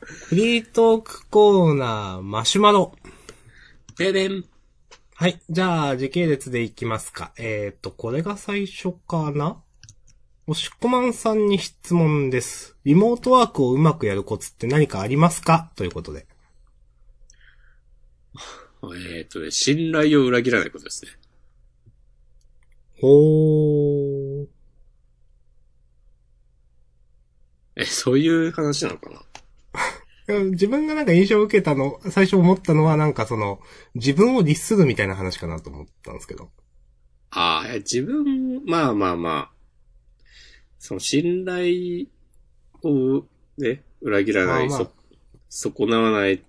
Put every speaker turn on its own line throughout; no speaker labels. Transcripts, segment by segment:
フリートークコーナー、マシュマロ。
ででん。
はい。じゃあ、時系列でいきますか。えっ、ー、と、これが最初かなおしこまんさんに質問です。リモートワークをうまくやるコツって何かありますかということで。
えっ、とね、信頼を裏切らないことですね。
ほー。
え、そういう話なのかな
自分がなんか印象を受けたの、最初思ったのはなんかその、自分を律するみたいな話かなと思ったんですけど。
ああ、いや自分、まあまあまあ、その信頼をね、裏切らない、
まあまあ
そ、損なわない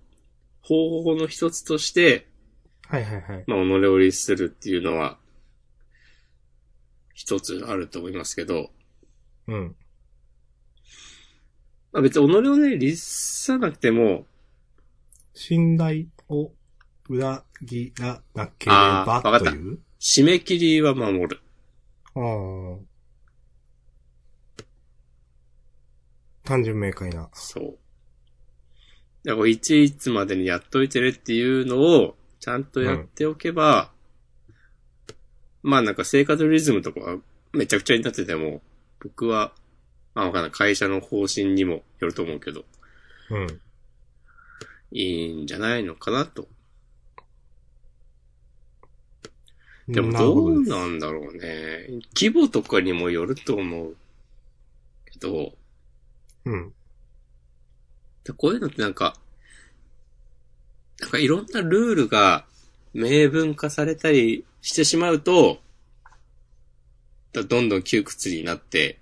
方法の一つとして、
はいはいはい。
まあ、己を律するっていうのは、一つあると思いますけど、
うん。
まあ別に己をね、律さなくても、
信頼を裏切らなければ
あーわかっ
と
た
いう。
締め切りは守る。
あー単純明快な。
そう。だからこう、いちいつまでにやっといてねっていうのを、ちゃんとやっておけば、まあなんか生活リズムとかはめちゃくちゃになってても、僕は、まあわかんない。会社の方針にもよると思うけど、
うん。
いいんじゃないのかなと。でも
なる
ど
ほど
う
です
なんだろうね。規模とかにもよると思うけど、
うん。
でこういうのってなんか、なんかいろんなルールが明文化されたりしてしまうと、だどんどん窮屈になって、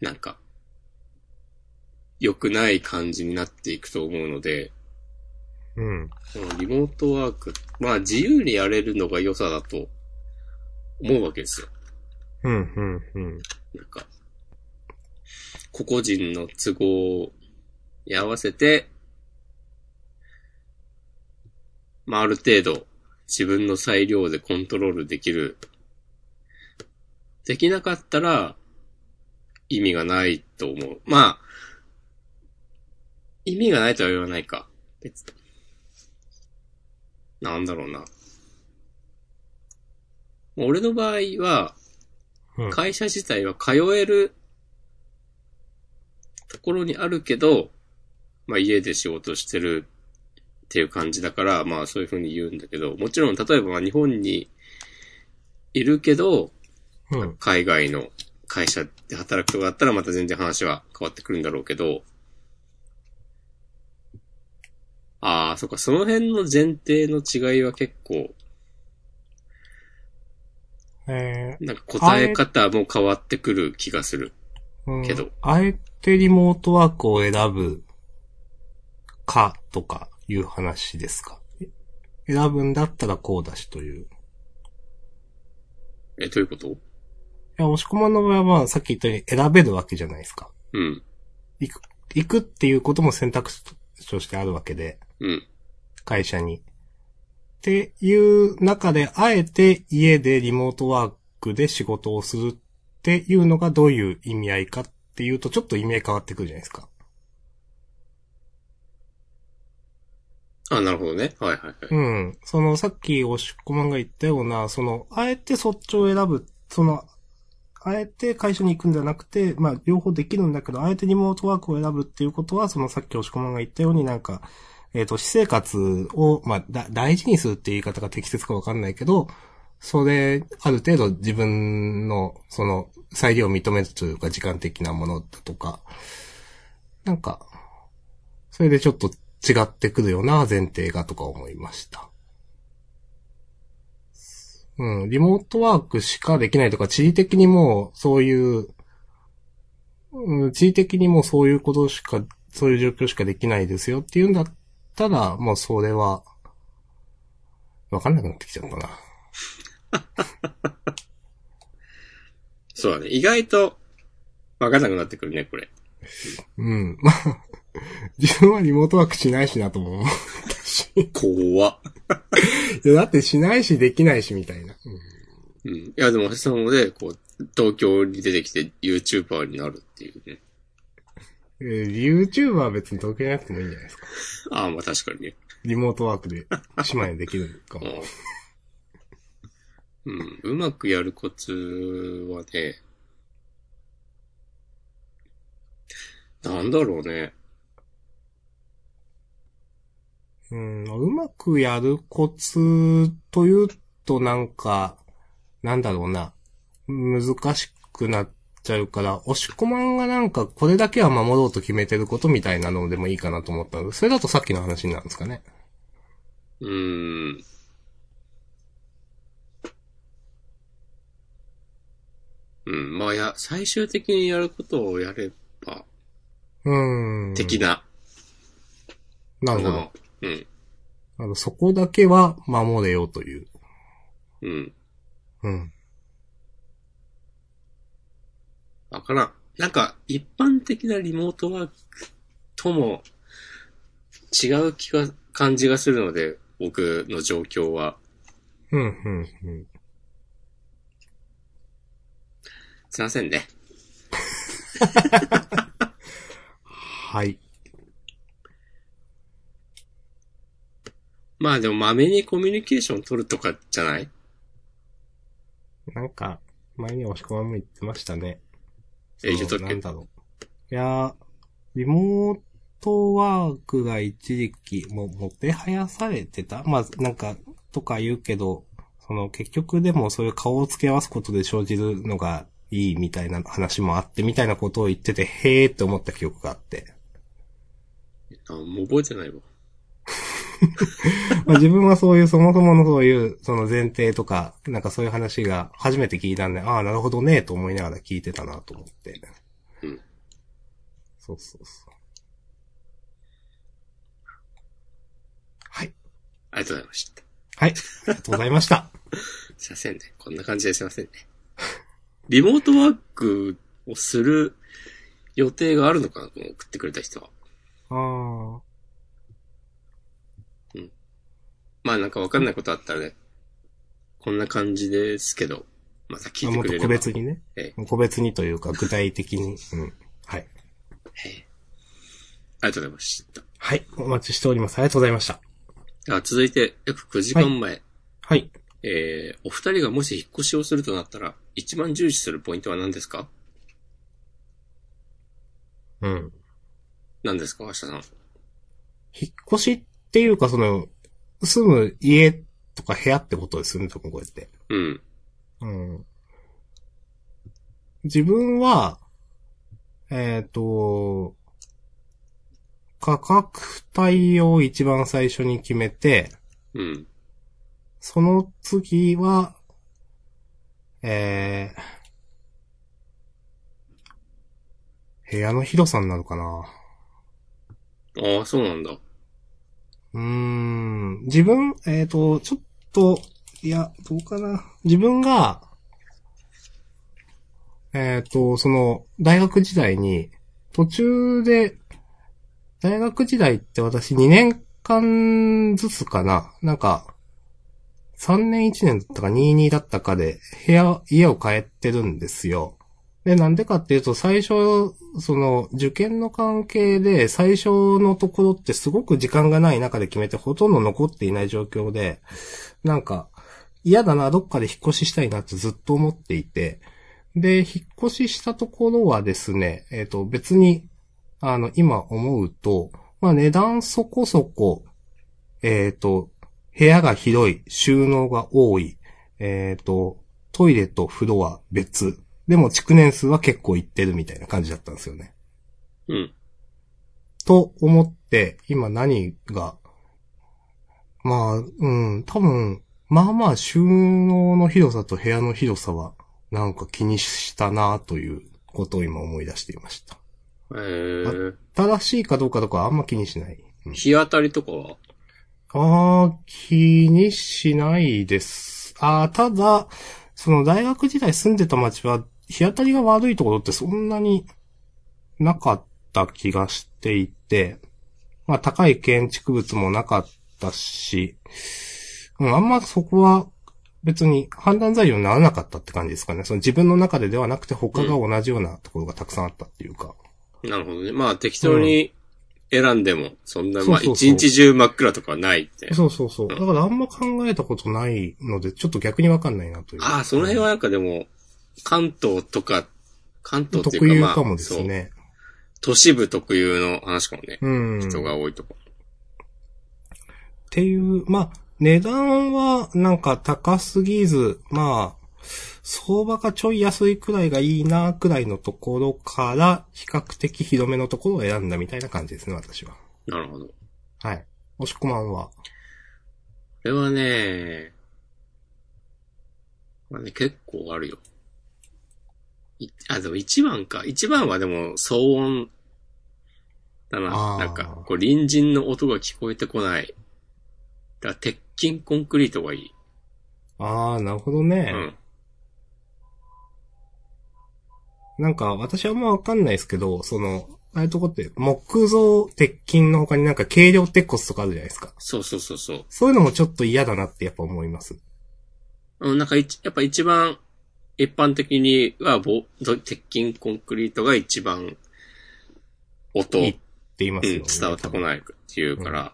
なんか、良くない感じになっていくと思うので、
うん。
このリモートワーク、まあ自由にやれるのが良さだと思うわけですよ。
うん、うん、うん。
なんか、個々人の都合に合わせて、まあ、ある程度、自分の裁量でコントロールできる。できなかったら、意味がないと思う。まあ、意味がないとは言わないか。別なんだろうな。もう俺の場合は、
うん
会社自体は通えるところにあるけど、まあ家で仕事してるっていう感じだから、まあそういうふうに言うんだけど、もちろん例えばまあ日本にいるけど、
うん、
海外の会社で働くとかだったらまた全然話は変わってくるんだろうけど、ああ、そっか、その辺の前提の違いは結構、
え
なんか答え方も変わってくる気がする。
ーうん
けど
あえてリモートワークを選ぶかとかいう話ですか。え選ぶんだったらこうだしという。い
え、どういうこと
や、押し込まんの場合はまあさっき言ったように選べるわけじゃないですか。
うん、
行く、行くっていうことも選択肢としてあるわけで、
うん、
会社に。っていう中で、あえて家でリモートワークで仕事をするっていうのがどういう意味合いかっていうと、ちょっと意味合い変わってくるじゃないですか。
あ、なるほどね。はいはいはい。
うん。その、さっき、おしっこまんが言ったような、その、あえてそっちを選ぶ、その、あえて会社に行くんじゃなくて、まあ、両方できるんだけど、あえてリモートワークを選ぶっていうことは、その、さっきおしっこまんが言ったようになんか、えっ、と、私生活を、まあ、だ大事にするっていう言い方が適切かわかんないけど、それ、ある程度自分の、その、裁量を認めるというか、時間的なものだとか、なんか、それでちょっと違ってくるよな、前提がとか思いました。うん、リモートワークしかできないとか、地理的にもうそういう、うん、地理的にもうそういうことしか、そういう状況しかできないですよっていうんだったら、もうそれは、わかんなくなってきちゃったな。
そうだね。意外と、わかんなくなってくるね、これ。
うん、 まあ、自分はリモートワークしないしなとも思うし。
怖っ。
いやだってしないしできないしみたいな。うん
うん。いや、でも、そので、こう、東京に出てきて YouTuber になるっていうね。
えー、YouTuber は別に東京じゃなくてもいいんじゃないですか。
ああ、まあ確かにね。
リモートワークで、姉妹できるかも。
うん。うん。うまくやるコツはね、なんだろうね。
うん、うまくやるコツというとなんか、なんだろうな、難しくなっちゃうから、押し込まんがなんかこれだけは守ろうと決めてることみたいなのでもいいかなと思ったので、それだとさっきの話になるんですかね。
うん。うん、まあや、最終的にやることをやれば、
うん。
的な、
な
あ
るほど。
の、うん、
あの、そこだけは守れよという。
うん。
うん。
わからん。なんか、一般的なリモートワークとも違う気が、感じがするので、僕の状況は。
うん、うん、うん。
すいませんね。
はい。
まあでも、まめにコミュニケーション取るとかじゃない
なんか、前に押し込まんも言ってましたね。
え言っ
そ
と
の
く
なんだろう。いやー、リモートワークが一時期、もう、もてはやされてたまあ、なんか、とか言うけど、その、結局でもそういう顔を付け合わすことで生じるのがいいみたいな話もあって、みたいなことを言ってて、へーって思った記憶があって。
あもう覚えてないわ。
まあ自分はそういう、そもそものそういう、その前提とか、なんかそういう話が初めて聞いたんで、ああ、なるほどね、と思いながら聞いてたなと思って。
うん。
そうそうそう。はい。
ありがとうございました。
はい。ありがとうございました。
すいませんね。こんな感じですいませんね。 リモートワークをする予定があるのかなこの送ってくれた人は。
ああ。
まあなんかわかんないことあったらね、こんな感じですけど、また聞いて
もっ
く
と
れれば。
個別にね
え。
個別にというか、具体的に。うん。はい。
はいありがとうございました。
はい。お待ちしております。ありがとうございました。
では続いて、約9時間前、
はい。
えー、お二人がもし引っ越しをするとなったら、一番重視するポイントは何ですか
うん。
何ですか明日さん。
引っ越しっていうか、その、住む家とか部屋ってことですよね、多分こうやって。
うん。
うん。自分は、えっ、と、価格帯を一番最初に決めて、
うん。
その次は、えー、部屋の広さになるかな。
ああ、そうなんだ。
うーん、自分、えっ、と、ちょっと、いや、どうかな。自分が、えっ、と、その、大学時代に、途中で、大学時代って私2年間ずつかな。なんか、3年1年だったか22だったかで、部屋、家を変えてるんですよ。で、なんでかっていうと、最初、その、受験の関係で、最初のところってすごく時間がない中で決めて、ほとんど残っていない状況で、なんか、嫌だな、どっかで引っ越ししたいなってずっと思っていて、で、引っ越ししたところはですね、えっ、と、別に、あの、今思うと、まあ値段そこそこ、えっ、と、部屋が広い、収納が多い、えっ、と、トイレと風呂は別。でも築年数は結構いってるみたいな感じだったんですよね。
うん。
と思って、今何が、まあ、うん、多分、まあまあ収納の広さと部屋の広さは、なんか気にしたなということを今思い出していました。
えー、
正しいかどうかとかはあんま気にしない。うん
日当たりとかは
ああ、気にしないです。ああ、ただ、その大学時代住んでた街は、日当たりが悪いところってそんなになかった気がしていて、まあ高い建築物もなかったし、うん、あんまそこは別に判断材料にならなかったって感じですかね。その自分の中でではなくて他が同じようなところがたくさんあったっていうか。
なるほどね。まあ適当に選んでも、そんな、まあ
そうそう
一
そう
日中真っ暗とかはないって。
そうそうそう。だからあんま考えたことないので、ちょっと逆にわかんないなという。
ああ、その辺はなんかでも、関東とか、関東って
特
い
有
うかまあ、
かもです
そう、
ね。
都市部特有の話かもね。
うん。
人が多いとこ。
っていう、まあ、値段はなんか高すぎず、まあ、相場がちょい安いくらいがいいな、くらいのところから、比較的広めのところを選んだみたいな感じですね、私は。
なるほど。こ
はい。押し込まんは。
れはね、まあね、結構あるよ。いあ、でも一番か。一番はでも騒音だ
あ
な。
ー
なんか、こう隣人の音が聞こえてこない。だから鉄筋コンクリートがいい。
あー、なるほどね
う。ん。
なんか、私はあんまわかんないですけど、その、ああいうとこって、木造、鉄筋の他になんか軽量鉄骨とかあるじゃないですか。
そうそうそうそう。
そういうのもちょっと嫌だなってやっぱ思います。
うん、なんか一、やっぱ一番、一般的には、ぼ、ど鉄筋コンクリートが一番、音、
いいって言いま
う
すよね。
ん、伝わってこ
い。
ないっていうから、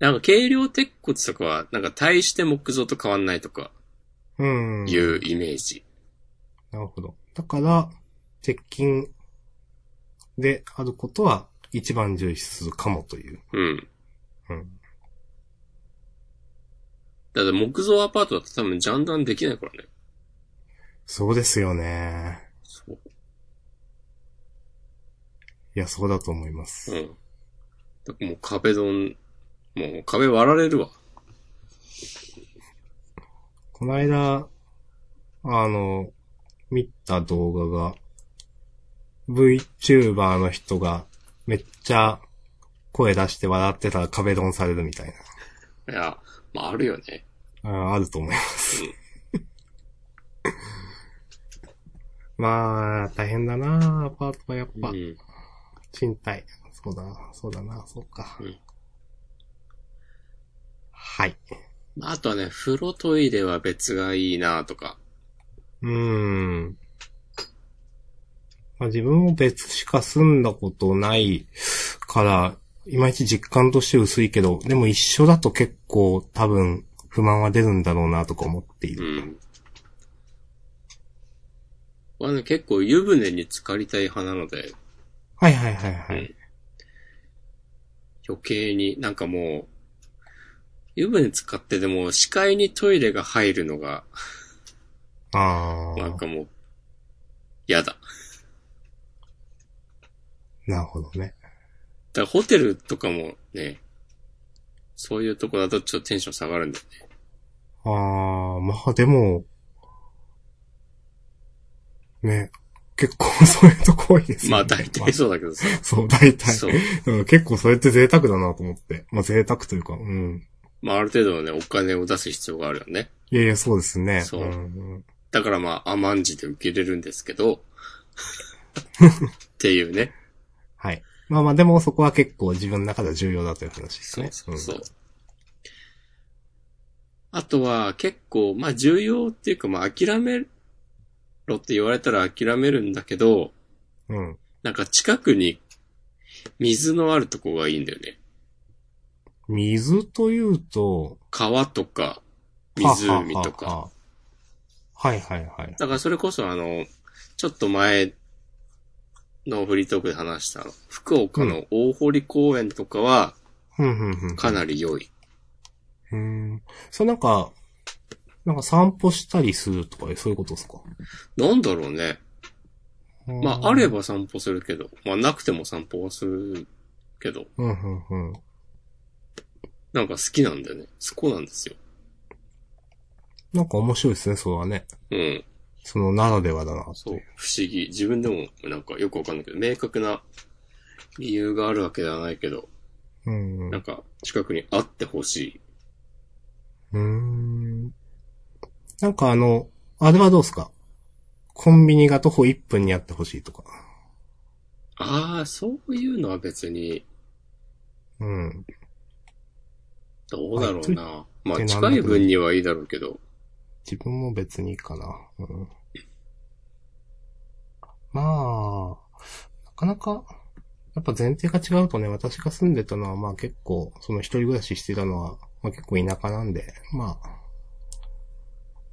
なんか軽量鉄骨とかは、なんか対して木造と変わんないとか
うん。
いうイメージ。
なるほど。だから、鉄筋であることは一番重視するかもという。
うん。
うん。
だって木造アパートだと多分ジャンダンできないからね。
そうですよね。
そう。
いや、そうだと思います。
うん。だからもう壁ドン、もう壁割られるわ。
この間、あの、見た動画が、VTuber の人がめっちゃ声出して笑ってたら壁ドンされるみたい
いや、まああるよね。
な。ああると思います。 まあ、大変だなアパートはやっ
う
ぱ。
ん。
賃貸。そうだな、そうだな、そうか。
うん
はい。
まああとはね、風呂トイレは別がいいなとか。
うーん。まあ、自分も別しか住んだことないから、いまいち実感として薄いけど、でも一緒だと結構多分不満は出るんだろうなとか思っていうる。
ん。僕はね、結構湯船に浸かりたい派なので、
はいはいはいはい。
余計になんかもう、湯船浸かってでも視界にトイレが入るのが、
あ
なん
あ、
かもう、嫌だ。だか
なるほどね。
らホテルとかもね、そういうとこだとちょっとテンション下がるんだよね。
ああ、まあでも、ね、結構そういうとこ多いです
ま
よね。
あ大体そうだけどさ。
そう、大体。
そう。
うん結構それって贅沢だなと思って。まあ贅沢というか、うん。
まあある程度のね、お金を出す必要があるよね。
いやいや、そうですね。
そうん
ん
だからまあ甘んじて受け入れるんですけ ど、っていうね。
はい。まあまあ、でもそこは結構自分の中では重要だという話ですね。
そうそうそう。あとは結構、まあ重要っていうか、まあ諦めろって言われたら諦めるんだけど、
うん。うん。
なんか近くに水のあるとこがいいんだよね。
水というと、
川とか、湖と
はは
か。
はは。はいはいはい。
だからそれこそあの、ちょっと前のフリートークで話したあの福岡の大堀公園とかは
うんうんうん。
かなり良い。
うん。そうなんか、なんか散歩したりするとか、そういうことですか
なんだろうね。まあ、あれ
ば。
ば散歩するけど、まあ、なくても散歩はするけど、
うんうんうん。
なんか好きなんだよね。そこなんですよ。
なんか面白いですね、それはね。
うん。
その、ならではだな。
そう。不思議。自分でも、なんかよくわかんないけど、明確な理由があるわけではないけど、
うん。
なんか、近くにあってほしい。
うーん。なんかあの、あれはどうですかコンビニが徒歩1分にあってほしいとか。
ああ、そういうのは別に、
うん。
どうだろうな。ま
えなん
あ、
だ
近い分にはいいだろうけど、
自分も別にいいかな。うん。まあ、なんかなか、やっぱ前提が違うとね、私が住んでたのは、まあ結構、その一人暮らししてたのは、まあ結構田舎なんで、まあ、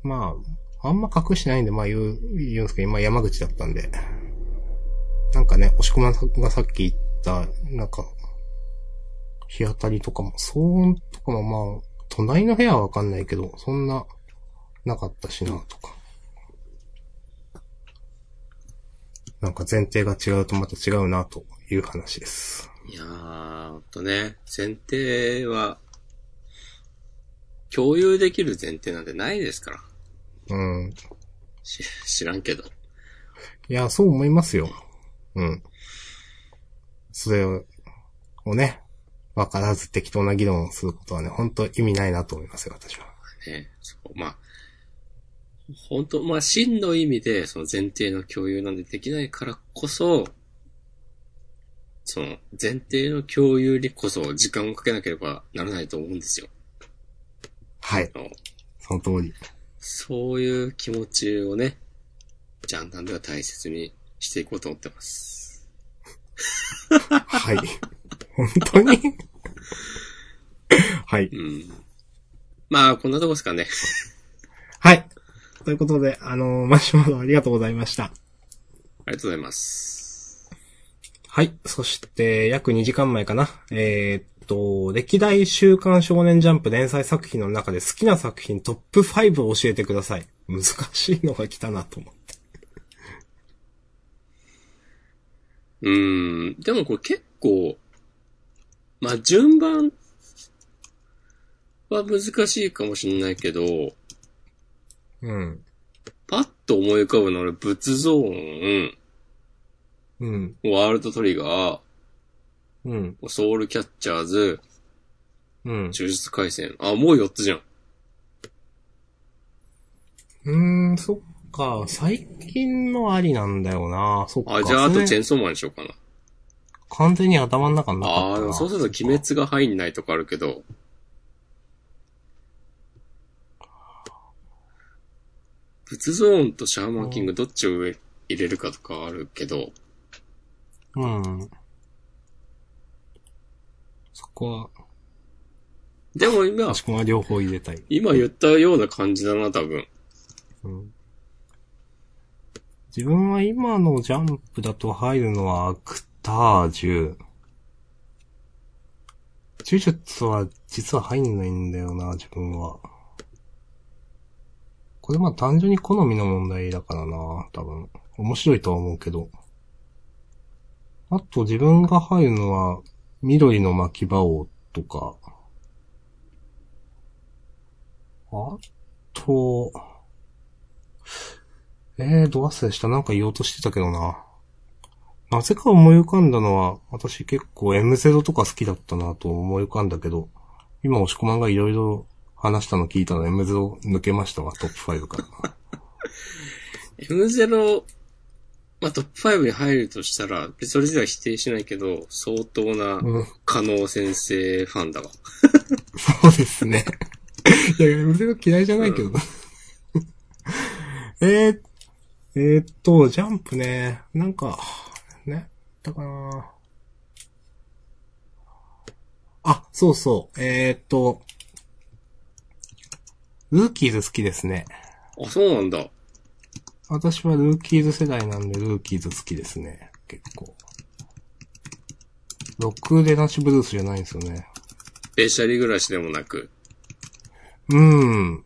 まあ、あんま隠してないんで、まあ言う、言うんですけど、今山口だったんで、なんかね、押し込まさんがさっき言った、なんか、日当たりとかも、騒音とかもまあ、隣の部屋はわかんないけど、そんな、なかったしな、とか。なんか前提が違うとまた違うな、という話です。
いやー、ほんとね、前提は、共有できる前提なんてないですから。
うん。
し知らんけど。
いや、そう思いますよ。うん。それをね、わからず適当な議論をすることはね、本当意味ないなと思いますよ、私は。
ね、そう、まあ、本当まあ、真の意味で、その前提の共有なんてできないからこそ、その前提の共有にこそ時間をかけなければならないと思うんですよ。
はい。
あの
その通り。
そういう気持ちをね、ジャンダンでは大切にしていこうと思ってます。
はい。 本当にはい。
うん。まあ、こんなとこですかね。
はい。ということで、あのーマシュマロありがとうございました。
ありがとうございます。
はい。そして、約2時間前かな。えーっと、歴代週刊少年ジャンプ連載作品の中で好きな作品トップ5を教えてください。難しいのが来たなと思って。
うん。でもこれ結構、まあ、順番は難しいかもしれないけど、
うん。
パッと思い浮かぶのは俺仏像音、
うん。
ワールドトリガ
うん。
ー、ソウルキャッチャーズ、
うん。
呪術回戦。あ、もう4つじゃん。
うーん、そっか。最近のありなんだよな。そっか。
あ、じゃああとチェ
それ
ンソーマンにしようかな。
完全に頭の中になか
あ
っ
あ
た
ー、で
な。
もそうすると鬼滅が入んないとかあるけど、仏像音とシャーマンキングどっちを上入れるかとかあるけど、
うん。そこは、
でも今
もし、くは両方入れたい。
今言ったような感じだな、多分。
うん自分は今のジャンプだと入るのはアクタージュ。呪術は実は入んないんだよな、自分は。これまあ単純に好みの問題だからな、多分。面白いとは思うけど。あと自分が入るのは、緑の巻き場王とか。あと、えー、ドアスでした。なんか言おうとしてたけどな。なぜか思い浮かんだのは、私結構 M0 とか好きだったなと思い浮かんだけど、今押し込まんがいろいろ話したの聞いたら M0 抜けましたわ、トップ5から。
M0、まあ、トップ5に入るとしたら、それ自体は否定しないけど、相当な
うん、
加納先生ファンだわ。
そうですね。 いや、M0 嫌いじゃないけど。えー、えーっと、ジャンプね、なんか、ね、だかなあ、そうそう、えーっと、ルーキーズ好きですね。
あ、そうなんだ。
私はルーキーズ世代なんで、ルーキーズ好きですね。結構。ロックでナッシュブルースじゃないんですよね。
ベシャリ暮らしでもなく。
うん。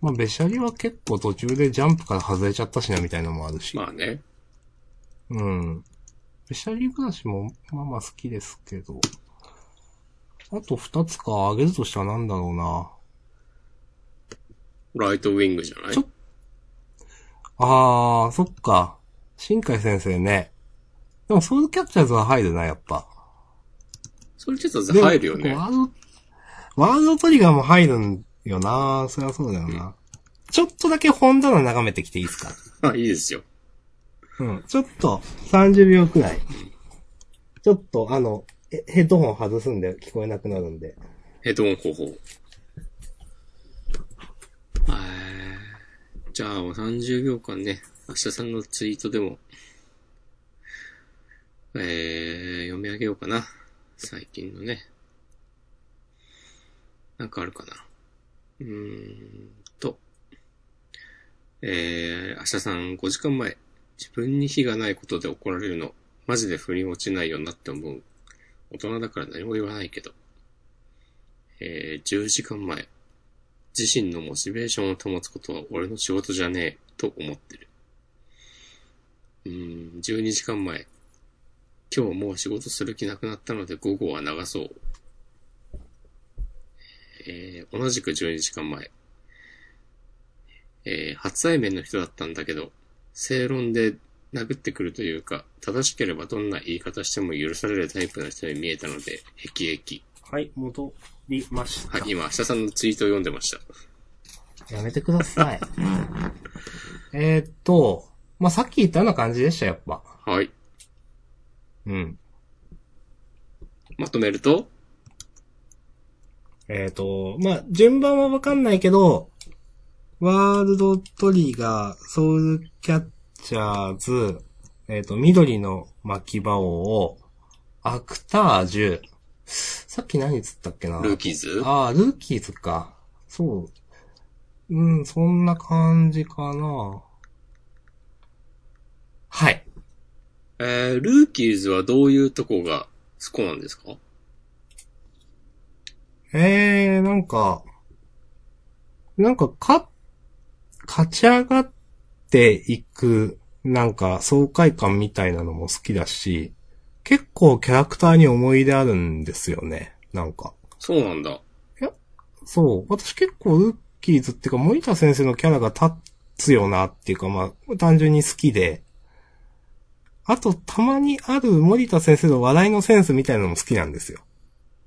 まあ、べしゃりは結構途中でジャンプから外れちゃったしな、みたいなのもあるし。
まあね。
うん。べしゃり暮らしも、まあまあ好きですけど。あと二つか、あげるとしたらなんだろうな。
ライトウィングじゃない
ちょあー、そっか。新海先生ね。でもソウルキャッチャーズは入るな、やっぱ。
それちょっと
でも
入るよね。
ワールド、ワールドトリガーも入るんよな。そりゃそうだよな。ちょっとだけ本棚眺めてきていいですか
あ、いいですよ。
うん。ちょっと、30秒くらい。ちょっと、あの、えヘッドホン外すんで聞こえなくなるんで。
ヘッドホン方法。えーじゃあ、30秒間ね、明日さんのツイートでも、えー、読み上げようかな。最近のね。なんかあるかな。うーんと。えー、明日さん5時間前。自分に非がないことで怒られるの。マジで振り落ちないよなって思う。大人だから何も言わないけど。えー、10時間前。自身のモチベーションを保つことは俺の仕事じゃねえ、と思ってる。うーん、12時間前。今日もう仕事する気なくなったので午後は流そう。えー、同じく12時間前。えー、初対面の人だったんだけど、正論で殴ってくるというか、正しければどんな言い方しても許されるタイプの人に見えたので、へきへき。
はい、戻りました。
はい、今、明日さんのツイートを読んでました。
やめてくださ い。えーっと、まあ、さっき言ったような感じでした、やっぱ。
はい。
うん。
まとめると、
えーっと、まあ、順番はわかんないけど、ワールドトリガー、ソウルキャッチャーズ、えーっと、緑の巻き場王、アクタージュ、さっき何つったっけな
ルーキーズ
ああ、ルーキーズか。そう。うん、そんな感じかな。はい。
えー、ルーキーズはどういうとこがスコなんですか
えー、なんか、なんか、か、勝ち上がっていく、なんか、爽快感みたいなのも好きだし、結構キャラクターに思い出あるんですよね。なんか。
そうなんだ。
そう。私結構ルッキーズっていうか、森田先生のキャラが立つよなっていうか、まあ、単純に好きで。あと、たまにある森田先生の笑いのセンスみたいなのも好きなんですよ。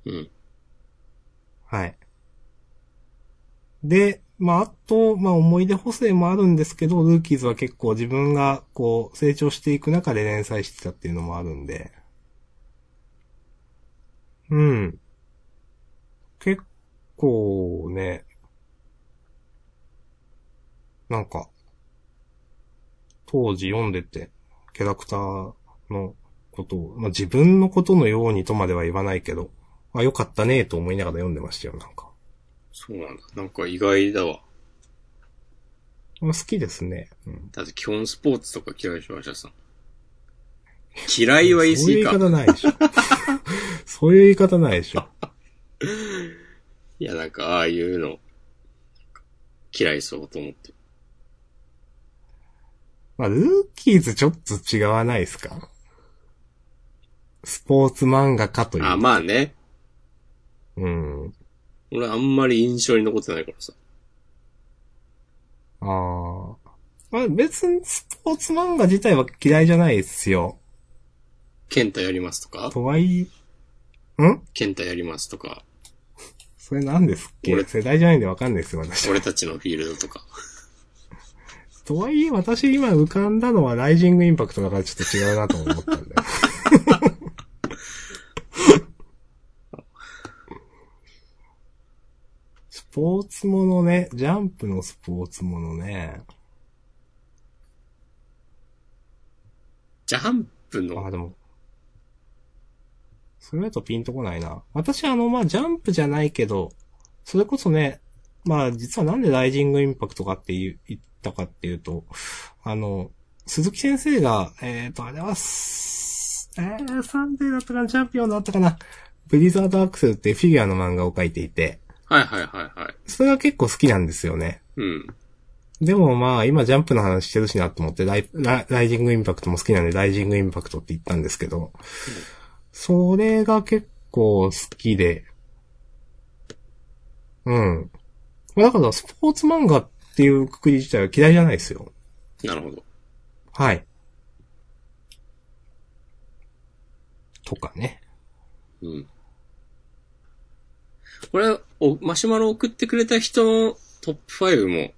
うん。
はい。で、まあ、あと、まあ、思い出補正もあるんですけど、ルーキーズは結構自分が、こう、成長していく中で連載してたっていうのもあるんで。うん。結構ね、なんか、当時読んでて、キャラクターのことを、まあ、自分のことのようにとまでは言わないけど、あ、よかったねと思いながら読んでましたよ、なんか。
そうなんだ。なんか意外だわ。
好きですね。うん、
だって基本スポーツとか嫌いでしょ、明日さん。嫌いは言い過
そうい
ぎ
う
か。
言い方ないでしょ。 そういう言い方ないでしょ。
いや、なんか、ああいうの、嫌いそうと思って。
まあ、ルーキーズちょっと違わないですかスポーツ漫画家という。
あ、まあね。
うん。
俺あんまり印象に残ってないからさ。
ああ。まあ、別にスポーツ漫画自体は嫌いじゃないですよ。
ケンタやりますとか
とはいえ、ん
ケンタやりますとか、
それ何ですっけ
俺
世代じゃないんでわかんないですよ、私。
俺たちのフィールドとか。
とはいえ、私今浮かんだのはライジングインパクトだからちょっと違うなと思ったんだよ。 スポーツものね、ジャンプのスポーツものね。
ジャンプの、
あ、でも。それだとピンとこないな。私あの、まあ、ジャンプじゃないけど、それこそね、まあ、実はなんでライジングインパクトかって言う言ったかっていうと、あの、鈴木先生が、えっ、と、あれはす、えー、サンデーだったかな、チャンピオンだったかな、ブリザードアクセルっていうフィギュアの漫画を描いていて、
はいはいはいはい。
それが結構好きなんですよね。
うん。
でもまあ、今ジャンプの話してるしなと思ってライラ、ライジングインパクトも好きなんで、ライジングインパクトって言ったんですけど、それが結構好きで、うん。まあだから、スポーツ漫画っていうくくり自体は嫌いじゃないですよ。
なるほど。
はい。とかね。
うん。これ、お、マシュマロ送ってくれた人のトップ5も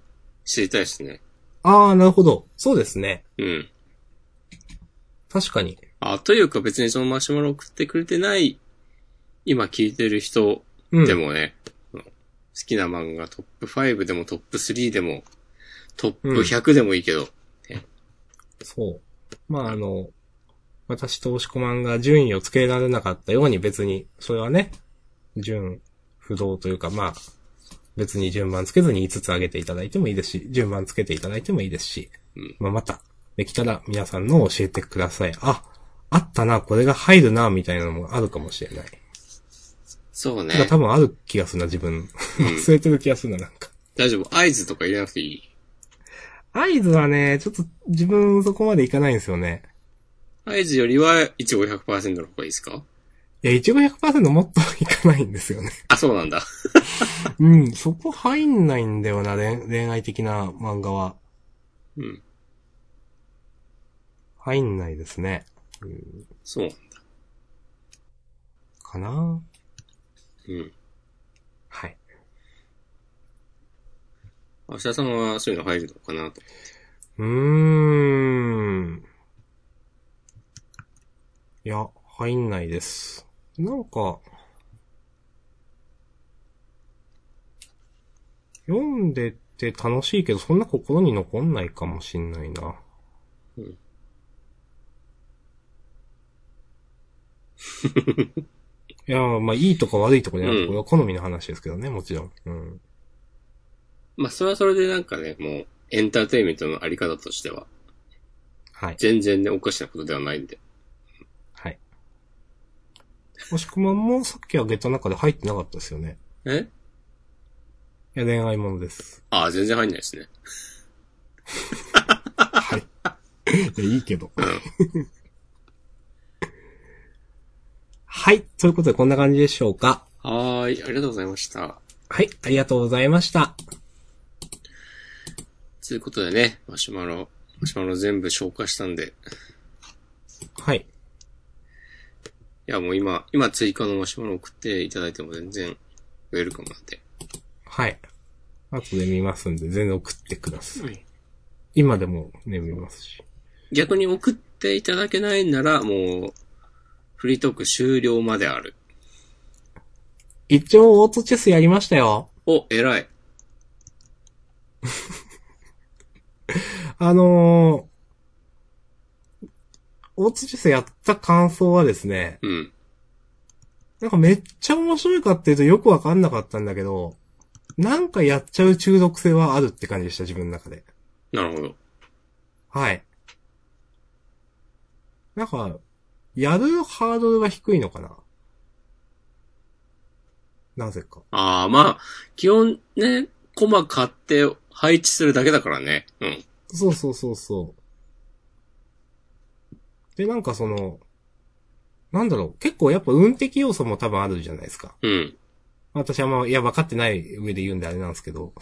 知りたいですね。
ああ、なるほど。そうですね。
うん。
確かに。
あ、というか別にそのマシュマロ送ってくれてない、今聞いてる人
うん。
でもね、好きな漫画トップ5でもトップ3でも、トップ100でもいいけど、
そう。まあ、あの、私と押し込まんが順位をつけられなかったように別に、それはね、順不動というか、まあ、別に順番つけずに5つ上げていただいてもいいですし、順番つけていただいてもいいですし、
うん
まあまた、できたら皆さんのを教えてください。あ、あったな、これが入るな、みたいなのもあるかもしれない。
そうね
て。か多分ある気がするな、自分。 忘れてる気がするな、なんか。
大丈夫。合図とか入れなくていい。
合図はね、ちょっと自分そこまでいかないんですよね。
合図よりは、一応100%の方がいいですか
いや、一応100%もっといかないんですよね。
あ、そうなんだ。
うん、そこ入んないんだよな、恋恋愛的な漫画は。
うん。
入んないですね。
そうなんだ。
かな
うん。
はい。
明日さんはそういうの入るのかなと。
うーん。いや、入んないです。なんか、読んでて楽しいけど、そんな心に残んないかもしんないな。
うん
いや、まあ、いいとか悪いとかじゃなく
う
て、
ん
これは好みの話ですけどね、もちろん。うん。
まあ、それはそれでなんかね、もう、エンターテインメントのあり方としては、
はい。
全然ね、おかしなことではないんで。
はい。もしくまんもさっきあげた中で入ってなかったですよね。
え
いや、恋愛ものです。
ああ、全然入んないですね。
はい。いや、いいけど。 はい。ということで、こんな感じでしょうか。
はーい、ありがとうございました。
はい。ありがとうございました。
ということでね、マシュマロ、マシュマロ全部消化したんで、
はい。
いやもう今、今追加のマシュマロ送っていただいても全然、ウェルカムなんで。
はい。後で見ますんで、全然送ってください。
はい
今でもね、見ますし。
逆に送っていただけないなら、もう、フリートーク終了まである。
一応、オートチェスやりましたよ。
お、偉い。
あのー、オートチェスやった感想はですね、
うん。
なんかめっちゃ面白いかっていうとよくわかんなかったんだけど、なんかやっちゃう中毒性はあるって感じでした、自分の中で。
なるほど。
はい。なんか、やるハードルが低いのかななぜか。
ああ、まあ、基本ね、コマ買って配置するだけだからね。うん。
そうそうそうそう。で、なんかその、なんだろう、結構やっぱ運的要素も多分あるじゃないですか。
うん。
私はまあ、いや、分かってない上で言うんであれなんですけど。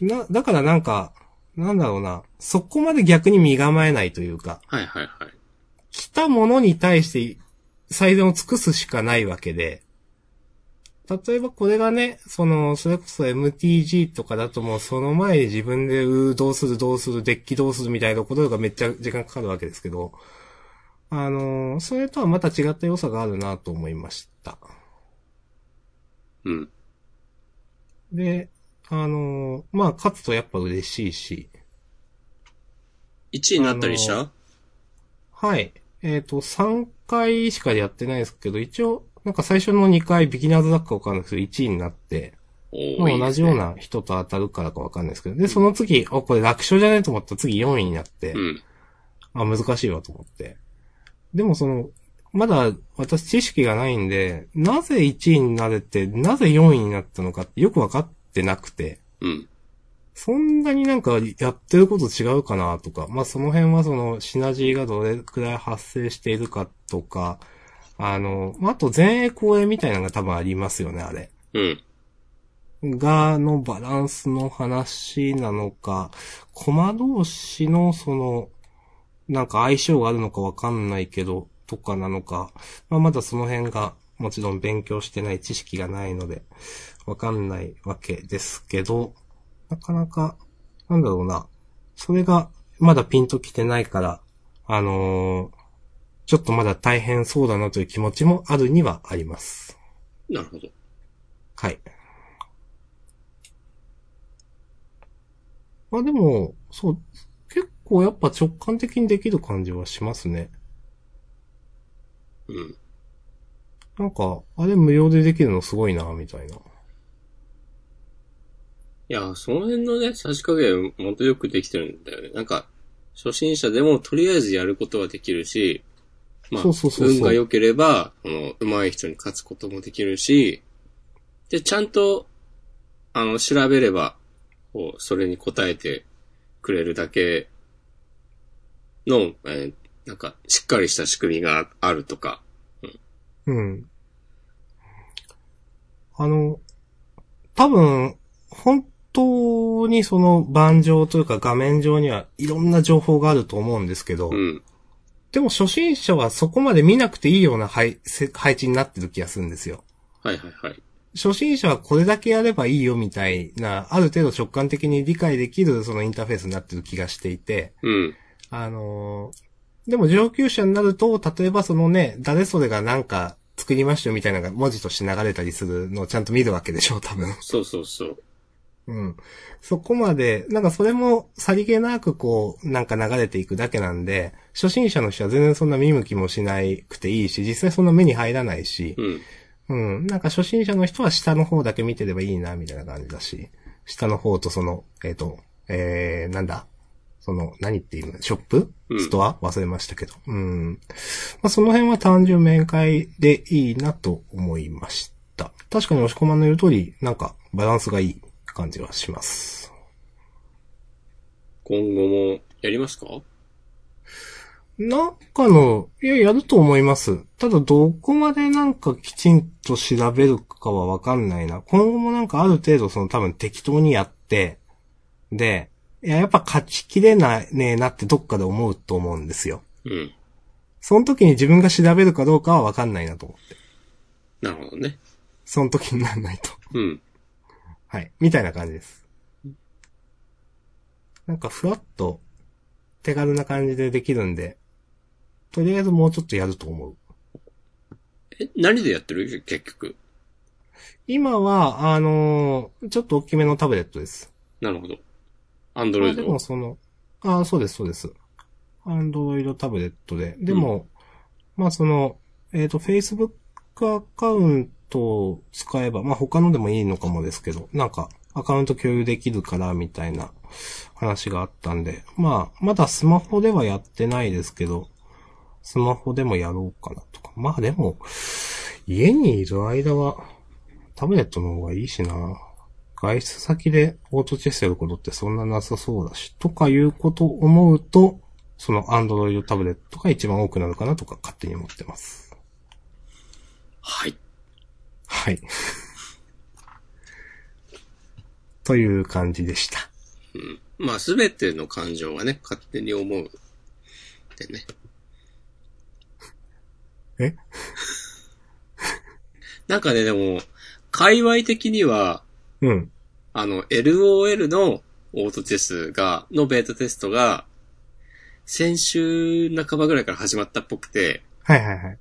な、だからなんか、なんだろうな、そこまで逆に身構えないというか、
はいはいはい。
来たものに対して最善を尽くすしかないわけで、例えばこれがね、その、それこそ MTG とかだともうその前に自分で、うーどうするどうする、デッキどうするみたいなことがめっちゃ時間かかるわけですけど、あのーそれとはまた違った良さがあるなと思いました。
うん。
で、あのーまあ、勝つとやっぱ嬉しいし、
1位になったりした、
あはい。えっ、と、3回しかやってないですけど、一応、なんか最初の2回、ビギナーズだっかわかんないですけど、1位になって、
お
ま
ー
あ
いい
同
です
じ
ね
ような人と当たるからかわかんないですけど、で、その次、あ、これ楽勝じゃないと思ったら次4位になって、
うん。
あ、難しいわと思って。でもその、まだ私知識がないんで、なぜ1位になれて、なぜ4位になったのかってよくわかってなくて、
うん。
そんなになんかやってること違うかなとか、まあその辺はそのシナジーがどれくらい発生しているかとか、あの、まああと前衛後衛みたいなのが多分ありますよね、あれ。
うん。
が、のバランスの話なのか、駒同士のその、なんか相性があるのかわかんないけど、とかなのか、まあまだその辺がもちろん勉強してない知識がないので、わかんないわけですけど、なかなか、なんだろうな、それがまだピンときてないから、あのーちょっとまだ大変そうだなという気持ちもあるにはあります。
なるほど。
はい。まあでも、そう、結構やっぱ直感的にできる感じはしますね。
うん。
なんか、あれ無料でできるのすごいな、みたいな。
いや、その辺のね、差し加減、もっとよくできてるんだよね。なんか、初心者でもとりあえずやることはできるし、まあ、
そうそうそうそう
運が良ければ、この、上手い人に勝つこともできるし、で、ちゃんと、あの、調べれば、こう、それに答えてくれるだけの、えーなんか、しっかりした仕組みがあるとか、
うん。あの、多分、本当にその盤上というか画面上にはいろんな情報があると思うんですけど、
うん。
でも初心者はそこまで見なくていいような配せ配置になってる気がするんですよ。
はいはいはい。
初心者はこれだけやればいいよみたいな、ある程度直感的に理解できるそのインターフェースになってる気がしていて、
うん。
あのーでも上級者になると、例えばそのね、誰それがなんか作りましたよみたいなのが文字として流れたりするのをちゃんと見るわけでしょう、多分。
そうそうそう。
うん。そこまで、なんかそれもさりげなくこう、なんか流れていくだけなんで、初心者の人は全然そんな見向きもしなくていいし、実際そんな目に入らないし、
うん。
うん。なんか初心者の人は下の方だけ見てればいいな、みたいな感じだし、下の方とその、えっ、と、えー、なんだ、その、何っていうのショップ
うん
ストア、忘れましたけど。うん。まあ、その辺は単純面会でいいなと思いました。確かに押し込まんの言う通り、なんかバランスがいい感じはします。
今後もやりますか
なんかの、いや、やると思います。ただ、どこまでなんかきちんと調べるかはわかんないな。今後もなんかある程度その多分適当にやって、で、いや、やっぱ勝ちきれないねえなってどっかで思うと思うんですよ。
うん。
その時に自分が調べるかどうかはわかんないなと思って。
なるほどね。
その時にならないと。
うん。
はい。みたいな感じです。なんかふわっと手軽な感じでできるんで、とりあえずもうちょっとやると思う。
え、何でやってる結局。
今は、あのーちょっと大きめのタブレットです。
なるほど。アンド
ま
ロ
あ
イ
で
ド。
もその、ああ、そうです、そうです。アンドロイドタブレットで。でも、まあその、えっ、と、Facebook アカウントを使えば、まあ他のでもいいのかもですけど、なんか、アカウント共有できるから、みたいな話があったんで、まあ、まだスマホではやってないですけど、スマホでもやろうかなとか。まあでも、家にいる間は、タブレットの方がいいしな。外出先でオートチェスやることってそんななさそうだし、とかいうことを思うと、そのアンドロイドタブレットが一番多くなるかなとか勝手に思ってます。
はい。
はい。 という感じでした。
うん。まあ、すべての感情がね、勝手に思う。でね。
え
なんかね、でも、界隈的には、
うん。
あの、LOL のオートテスが、のベータテストが、先週半ばぐらいから始まったっぽくて、
はいはいはい。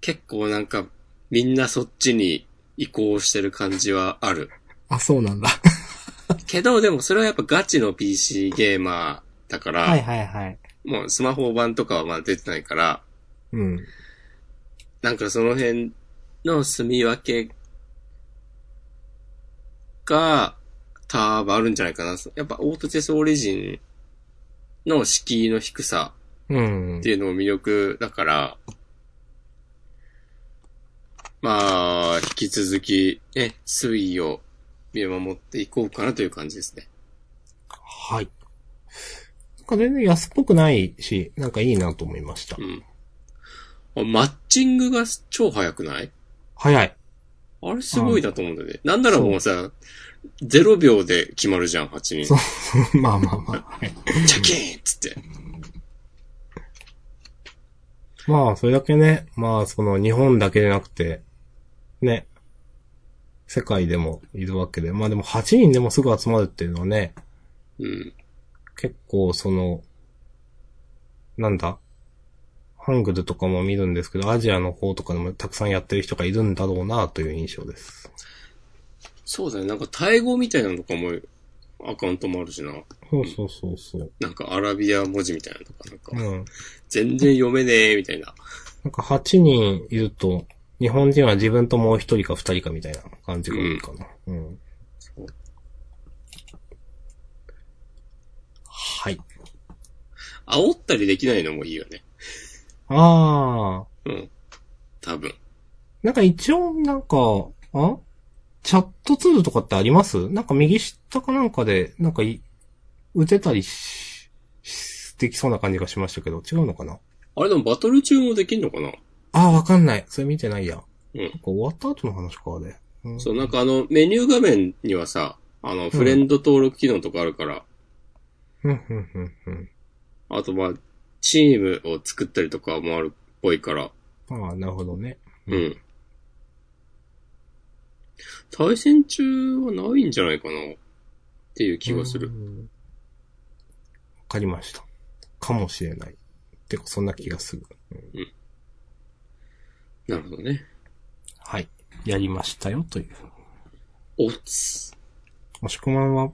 結構なんか、みんなそっちに移行してる感じはある。
あ、そうなんだ。
けど、でもそれはやっぱガチの PC ゲーマーだから、
はいはいはい。
もうスマホ版とかはまだ出てないから、
うん。
なんかその辺の住み分けが、多分あるんじゃないかな。やっぱオートチェスオリジンの敷居の低さ
うん
って。いうのも魅力だから、まあ、引き続き、ね、推移を見守っていこうかなという感じですね。
はい。なんか全然安っぽくないし、なんかいいなと思いました
う。ん。あマッチングが超早くない
早い。
あれすごいだと思うんだよね。なんならもうさ、0秒で決まるじゃん、8人
そ。う。 まあまあまあ。はい
チャキーンっつって。
まあ、それだけね、まあ、その日本だけじゃなくて、ね、世界でもいるわけで、まあでも8人でもすぐ集まるっていうのはね、
うん。
結構その、なんだハングルとかも見るんですけど、アジアの方とかでもたくさんやってる人がいるんだろうなという印象です。
そうだね。なんかタイ語みたいなのとかも、アカウントもあるしな。
そうそうそうそう。
なんかアラビア文字みたいなのとか、なん
う
か、
ん。
全然読めねえ、みたいな。
うなんか8人いると、日本人は自分ともう1人か2人かみたいな感じが多いかな。うん。
う
はい。
煽ったりできないのもいいよね。
ああ。
うん。多分。
なんか一応、なんか、あチャットツールとかってありますなんか右下かなんかで、なんかい、打てたりし、しできそうな感じがしましたけど、違うのかな
あれでもバトル中もできんのかな
ああ、わかんない。それ見てないや。
うん
なんか終わった後の話か、あれ。うん
そう、なんかあの、メニュー画面にはさ、あの、フレンド登録機能とかあるから、
うん、うん、うん、うん。
あとまあ、チームを作ったりとかもあるっぽいから、
ああ、なるほどね。
うん。対戦中はないんじゃないかなっていう気がする
う。ん。わかりました。かもしれない。てか、そんな気がする。うん
なるほどね。
はい。やりましたよ、という。
おつ。
もしくまんは、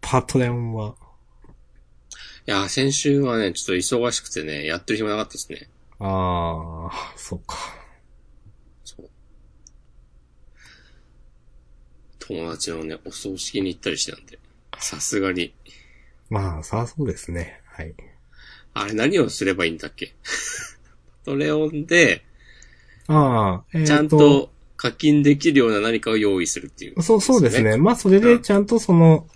パトレオンは、
いやー、先週はね、ちょっと忙しくてね、やってる暇なかったですね。
ああ、そうか。
そう。友達のね、お葬式に行ったりしてたんで。さすがに。
まあ、さあそうですね。はい。
あれ何をすればいいんだっけ パトレオンで、
ああ、えー
ちゃん。と課金できるような何かを用意するっていう。
そう、そうですね。まあ、それでちゃんとその、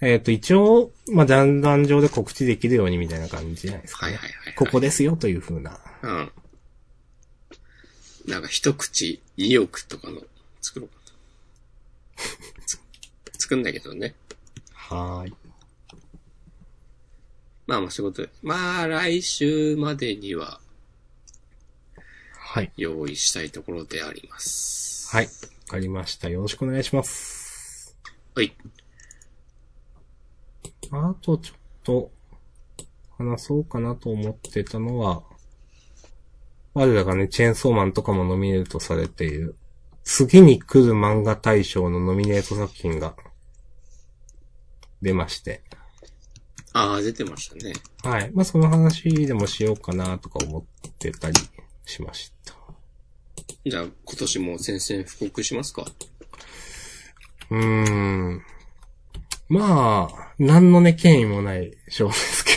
えっ、と、一応、まあ、ジャンダン上で告知できるようにみたいな感じじゃないですか、
はい
ね。
はいはい、はい。
ここですよ、というふうな。
うん。なんか一口2億とかの作ろうかな。つ 作んだけどね。
はーい。
まあまあ仕事で。まあ来週までには
はい。
用意したいところであります。
はい。わかりました。よろしくお願いします。
はい。
あと、ちょっと、話そうかなと思ってたのは、我らがね、チェーンソーマンとかもノミネートされている、次に来る漫画大賞のノミネート作品が、出まして。
ああ、出てましたね。
はい。まあ、その話でもしようかなとか思ってたりしました。
じゃあ今年も宣戦布告しますか
うーん。まあ、何のね、権威もない賞ですけ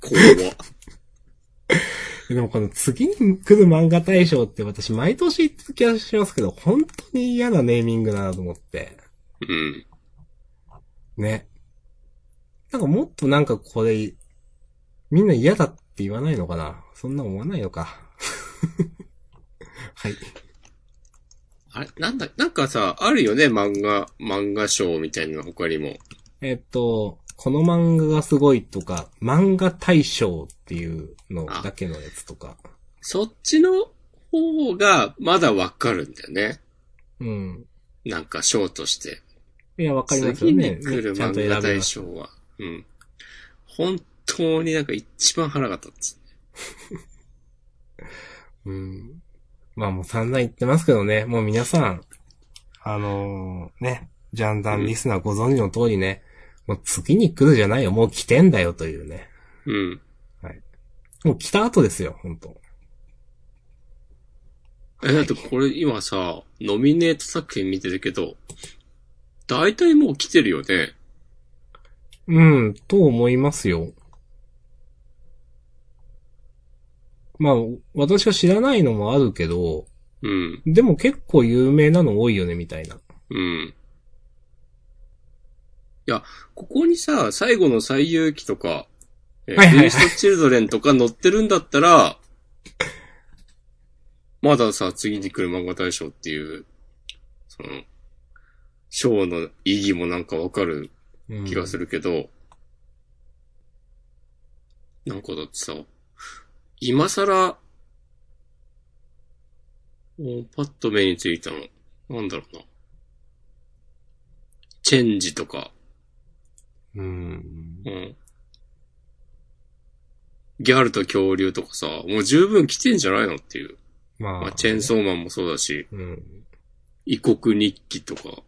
これは。
ど。でもこの次に来る漫画大賞って私毎年言ってる気がしますけど、本当に嫌なネーミングだなと思って。
うん。
ね。なんかもっとなんかこれ、みんな嫌だって言わないのかなそんな思わないのか。 はい。
あれなんだ、なんかさ、あるよね、漫画、漫画賞みたいなの他にも。
えっと、この漫画がすごいとか、漫画大賞っていうのだけのやつとか。
そっちの方がまだわかるんだよね。
うん。
なんか賞として。
いや、わかりますよ
次
ね
に。来る
ちゃんと
漫
選
画
べ
大
ます。
賞は、うん。本当になんか一番腹が立つ。
うん。まあもう散々言ってますけどね、もう皆さん、あのーね、ジャンダンリスナーご存知の通りね、もう次に来るじゃないよ、もう来てんだよというね。
うん。
もう来た後ですよ、本当
え、だってこれ今さ、ノミネート作品見てるけど、大体もう来てるよね。
うん、と思いますよ。まあ、私は知らないのもあるけど、
うん。
でも結構有名なの多いよね、みたいな。
うん。いや、ここにさ、最後の最遊記とか、え
はいはいはい
ビーストチルドレンとか載ってるんだったら、まださ、次に来る漫画大賞っていう、その、賞の意義もなんかわかる
うん
気がするけど、なんかだってさ、今更、もうパッと目についたの、なんだろうな。チェンジとか、
うん。
うん。ギャルと恐竜とかさ、もう十分来てんじゃないのっていう。
まあ、
まあ、チェーンソーマンもそうだし、
うん。
異国日記とか、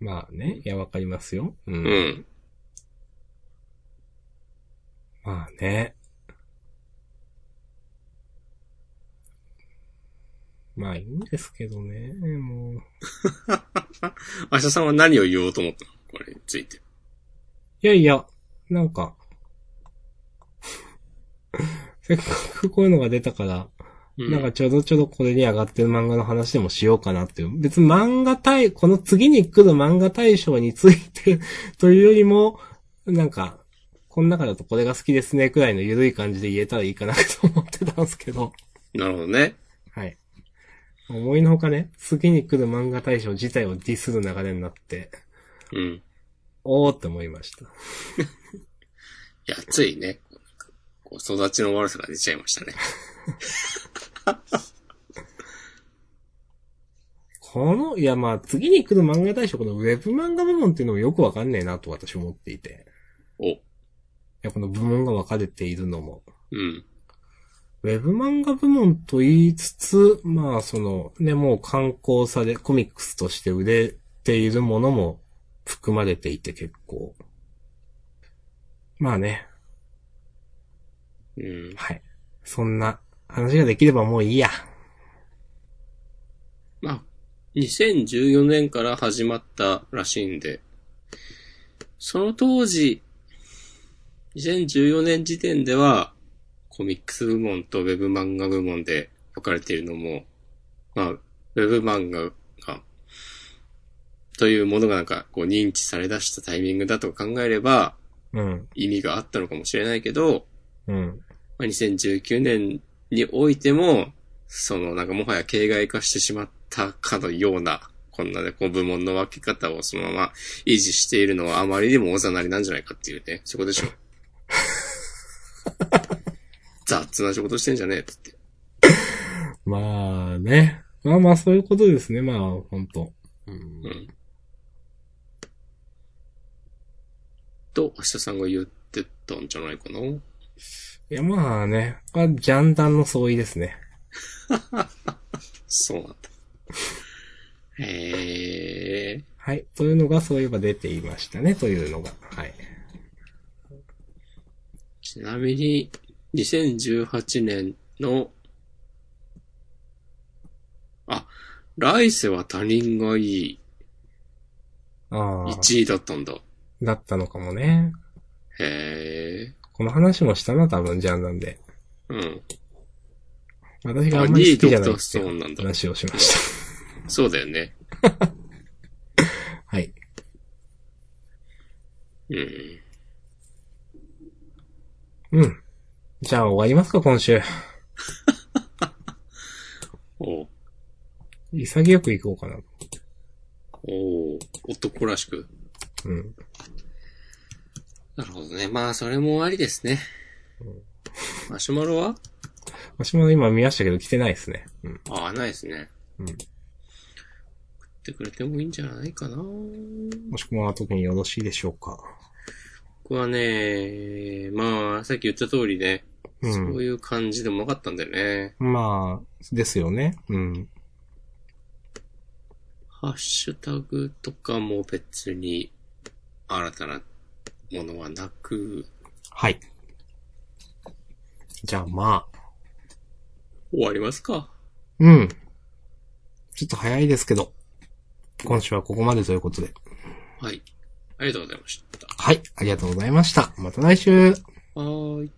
まあね、いや、わかりますよ。う。
うんん。
まあね。まあいいんですけどね、もう。
明日さんは何を言おうと思ったのこれについて。
いやいや、なんか、 せっかくこういうのが出たから、
う
なんかちょうどちょうどこれに上がってる漫画の話でもしようかなっていう。別に漫画対、この次に来る漫画大賞について というよりも、なんか、この中だとこれが好きですねくらいの緩い感じで言えたらいいかなと思ってたんですけど。
なるほどね。
はい。思いのほかね、次に来る漫画大賞自体をディスる流れになって、
うん。
おーって思いました。
いや、ついね、こう育ちの悪さが出ちゃいましたね。
この、いやまあ次に来る漫画大賞、このウェブ漫画部門っていうのもよくわかんねえなと私思っていて。
お。
いや、この部門が分かれているのも。
うん。
ウェブ漫画部門と言いつつ、まあそのね、もう刊行され、コミックスとして売れているものも含まれていて結構。まあね、
うん。
はい。そんな話ができればもういいや。
まあ、2014年から始まったらしいんで、その当時、2014年時点では、コミックス部門とウェブ漫画部門で分かれているのも、まあ、ウェブ漫画が、というものがなんか、こう認知され出したタイミングだと考えれば、
うん、
意味があったのかもしれないけど、
うん、
まあ、2019年においても、そのなんかもはや形骸化してしまったかのような、こんなね、こう部門の分け方をそのまま維持しているのはあまりにもおざなりなんじゃないかっていうね、そこでしょ。雑な仕事してんじゃねえってって。
まあね。まあまあそういうことですね。まあ本当。
うん。と、明日さんが言ってたんじゃないかな。
いやまあね。これはジャンダンの相違ですね。
そうなんだ。へえ。
はい。というのがそういえば出ていましたね。というのが。はい。
ちなみに、2018年の、あ、来世は他人がいい、
ああ。
1位だったんだ。
だったのかもね。
へえ。
この話もしたな、多分、ジャンダンで。
うん。
私があんまり好きじゃないっ
あ二位ドクターストーンな
て
んだ
話をしまし
そうだよね。
た。 はい。
うん。
うん。じゃあ終わりますか、今週。
おう
潔く行こうかな。
おう男らしく。
うん。
なるほどね。まあ、それもありですね。マシュマロは
私も今見ましたけど、来てないですね。うん。
ああ、ないですね。
うん
食ってくれてもいいんじゃないかな。
もしくは特によろしいでしょうか。
僕はね、まあ、さっき言った通りね、
う。
そうんいう感じでもなかったんだよね。
まあ、ですよね。うん。
ハッシュタグとかも別に新たなものはなく
はい。じゃあまあ、
終わりますか。
うん。ちょっと早いですけど、今週はここまでということで。
はい。ありがとうございました。
はい、ありがとうございました。また来週。
はーい。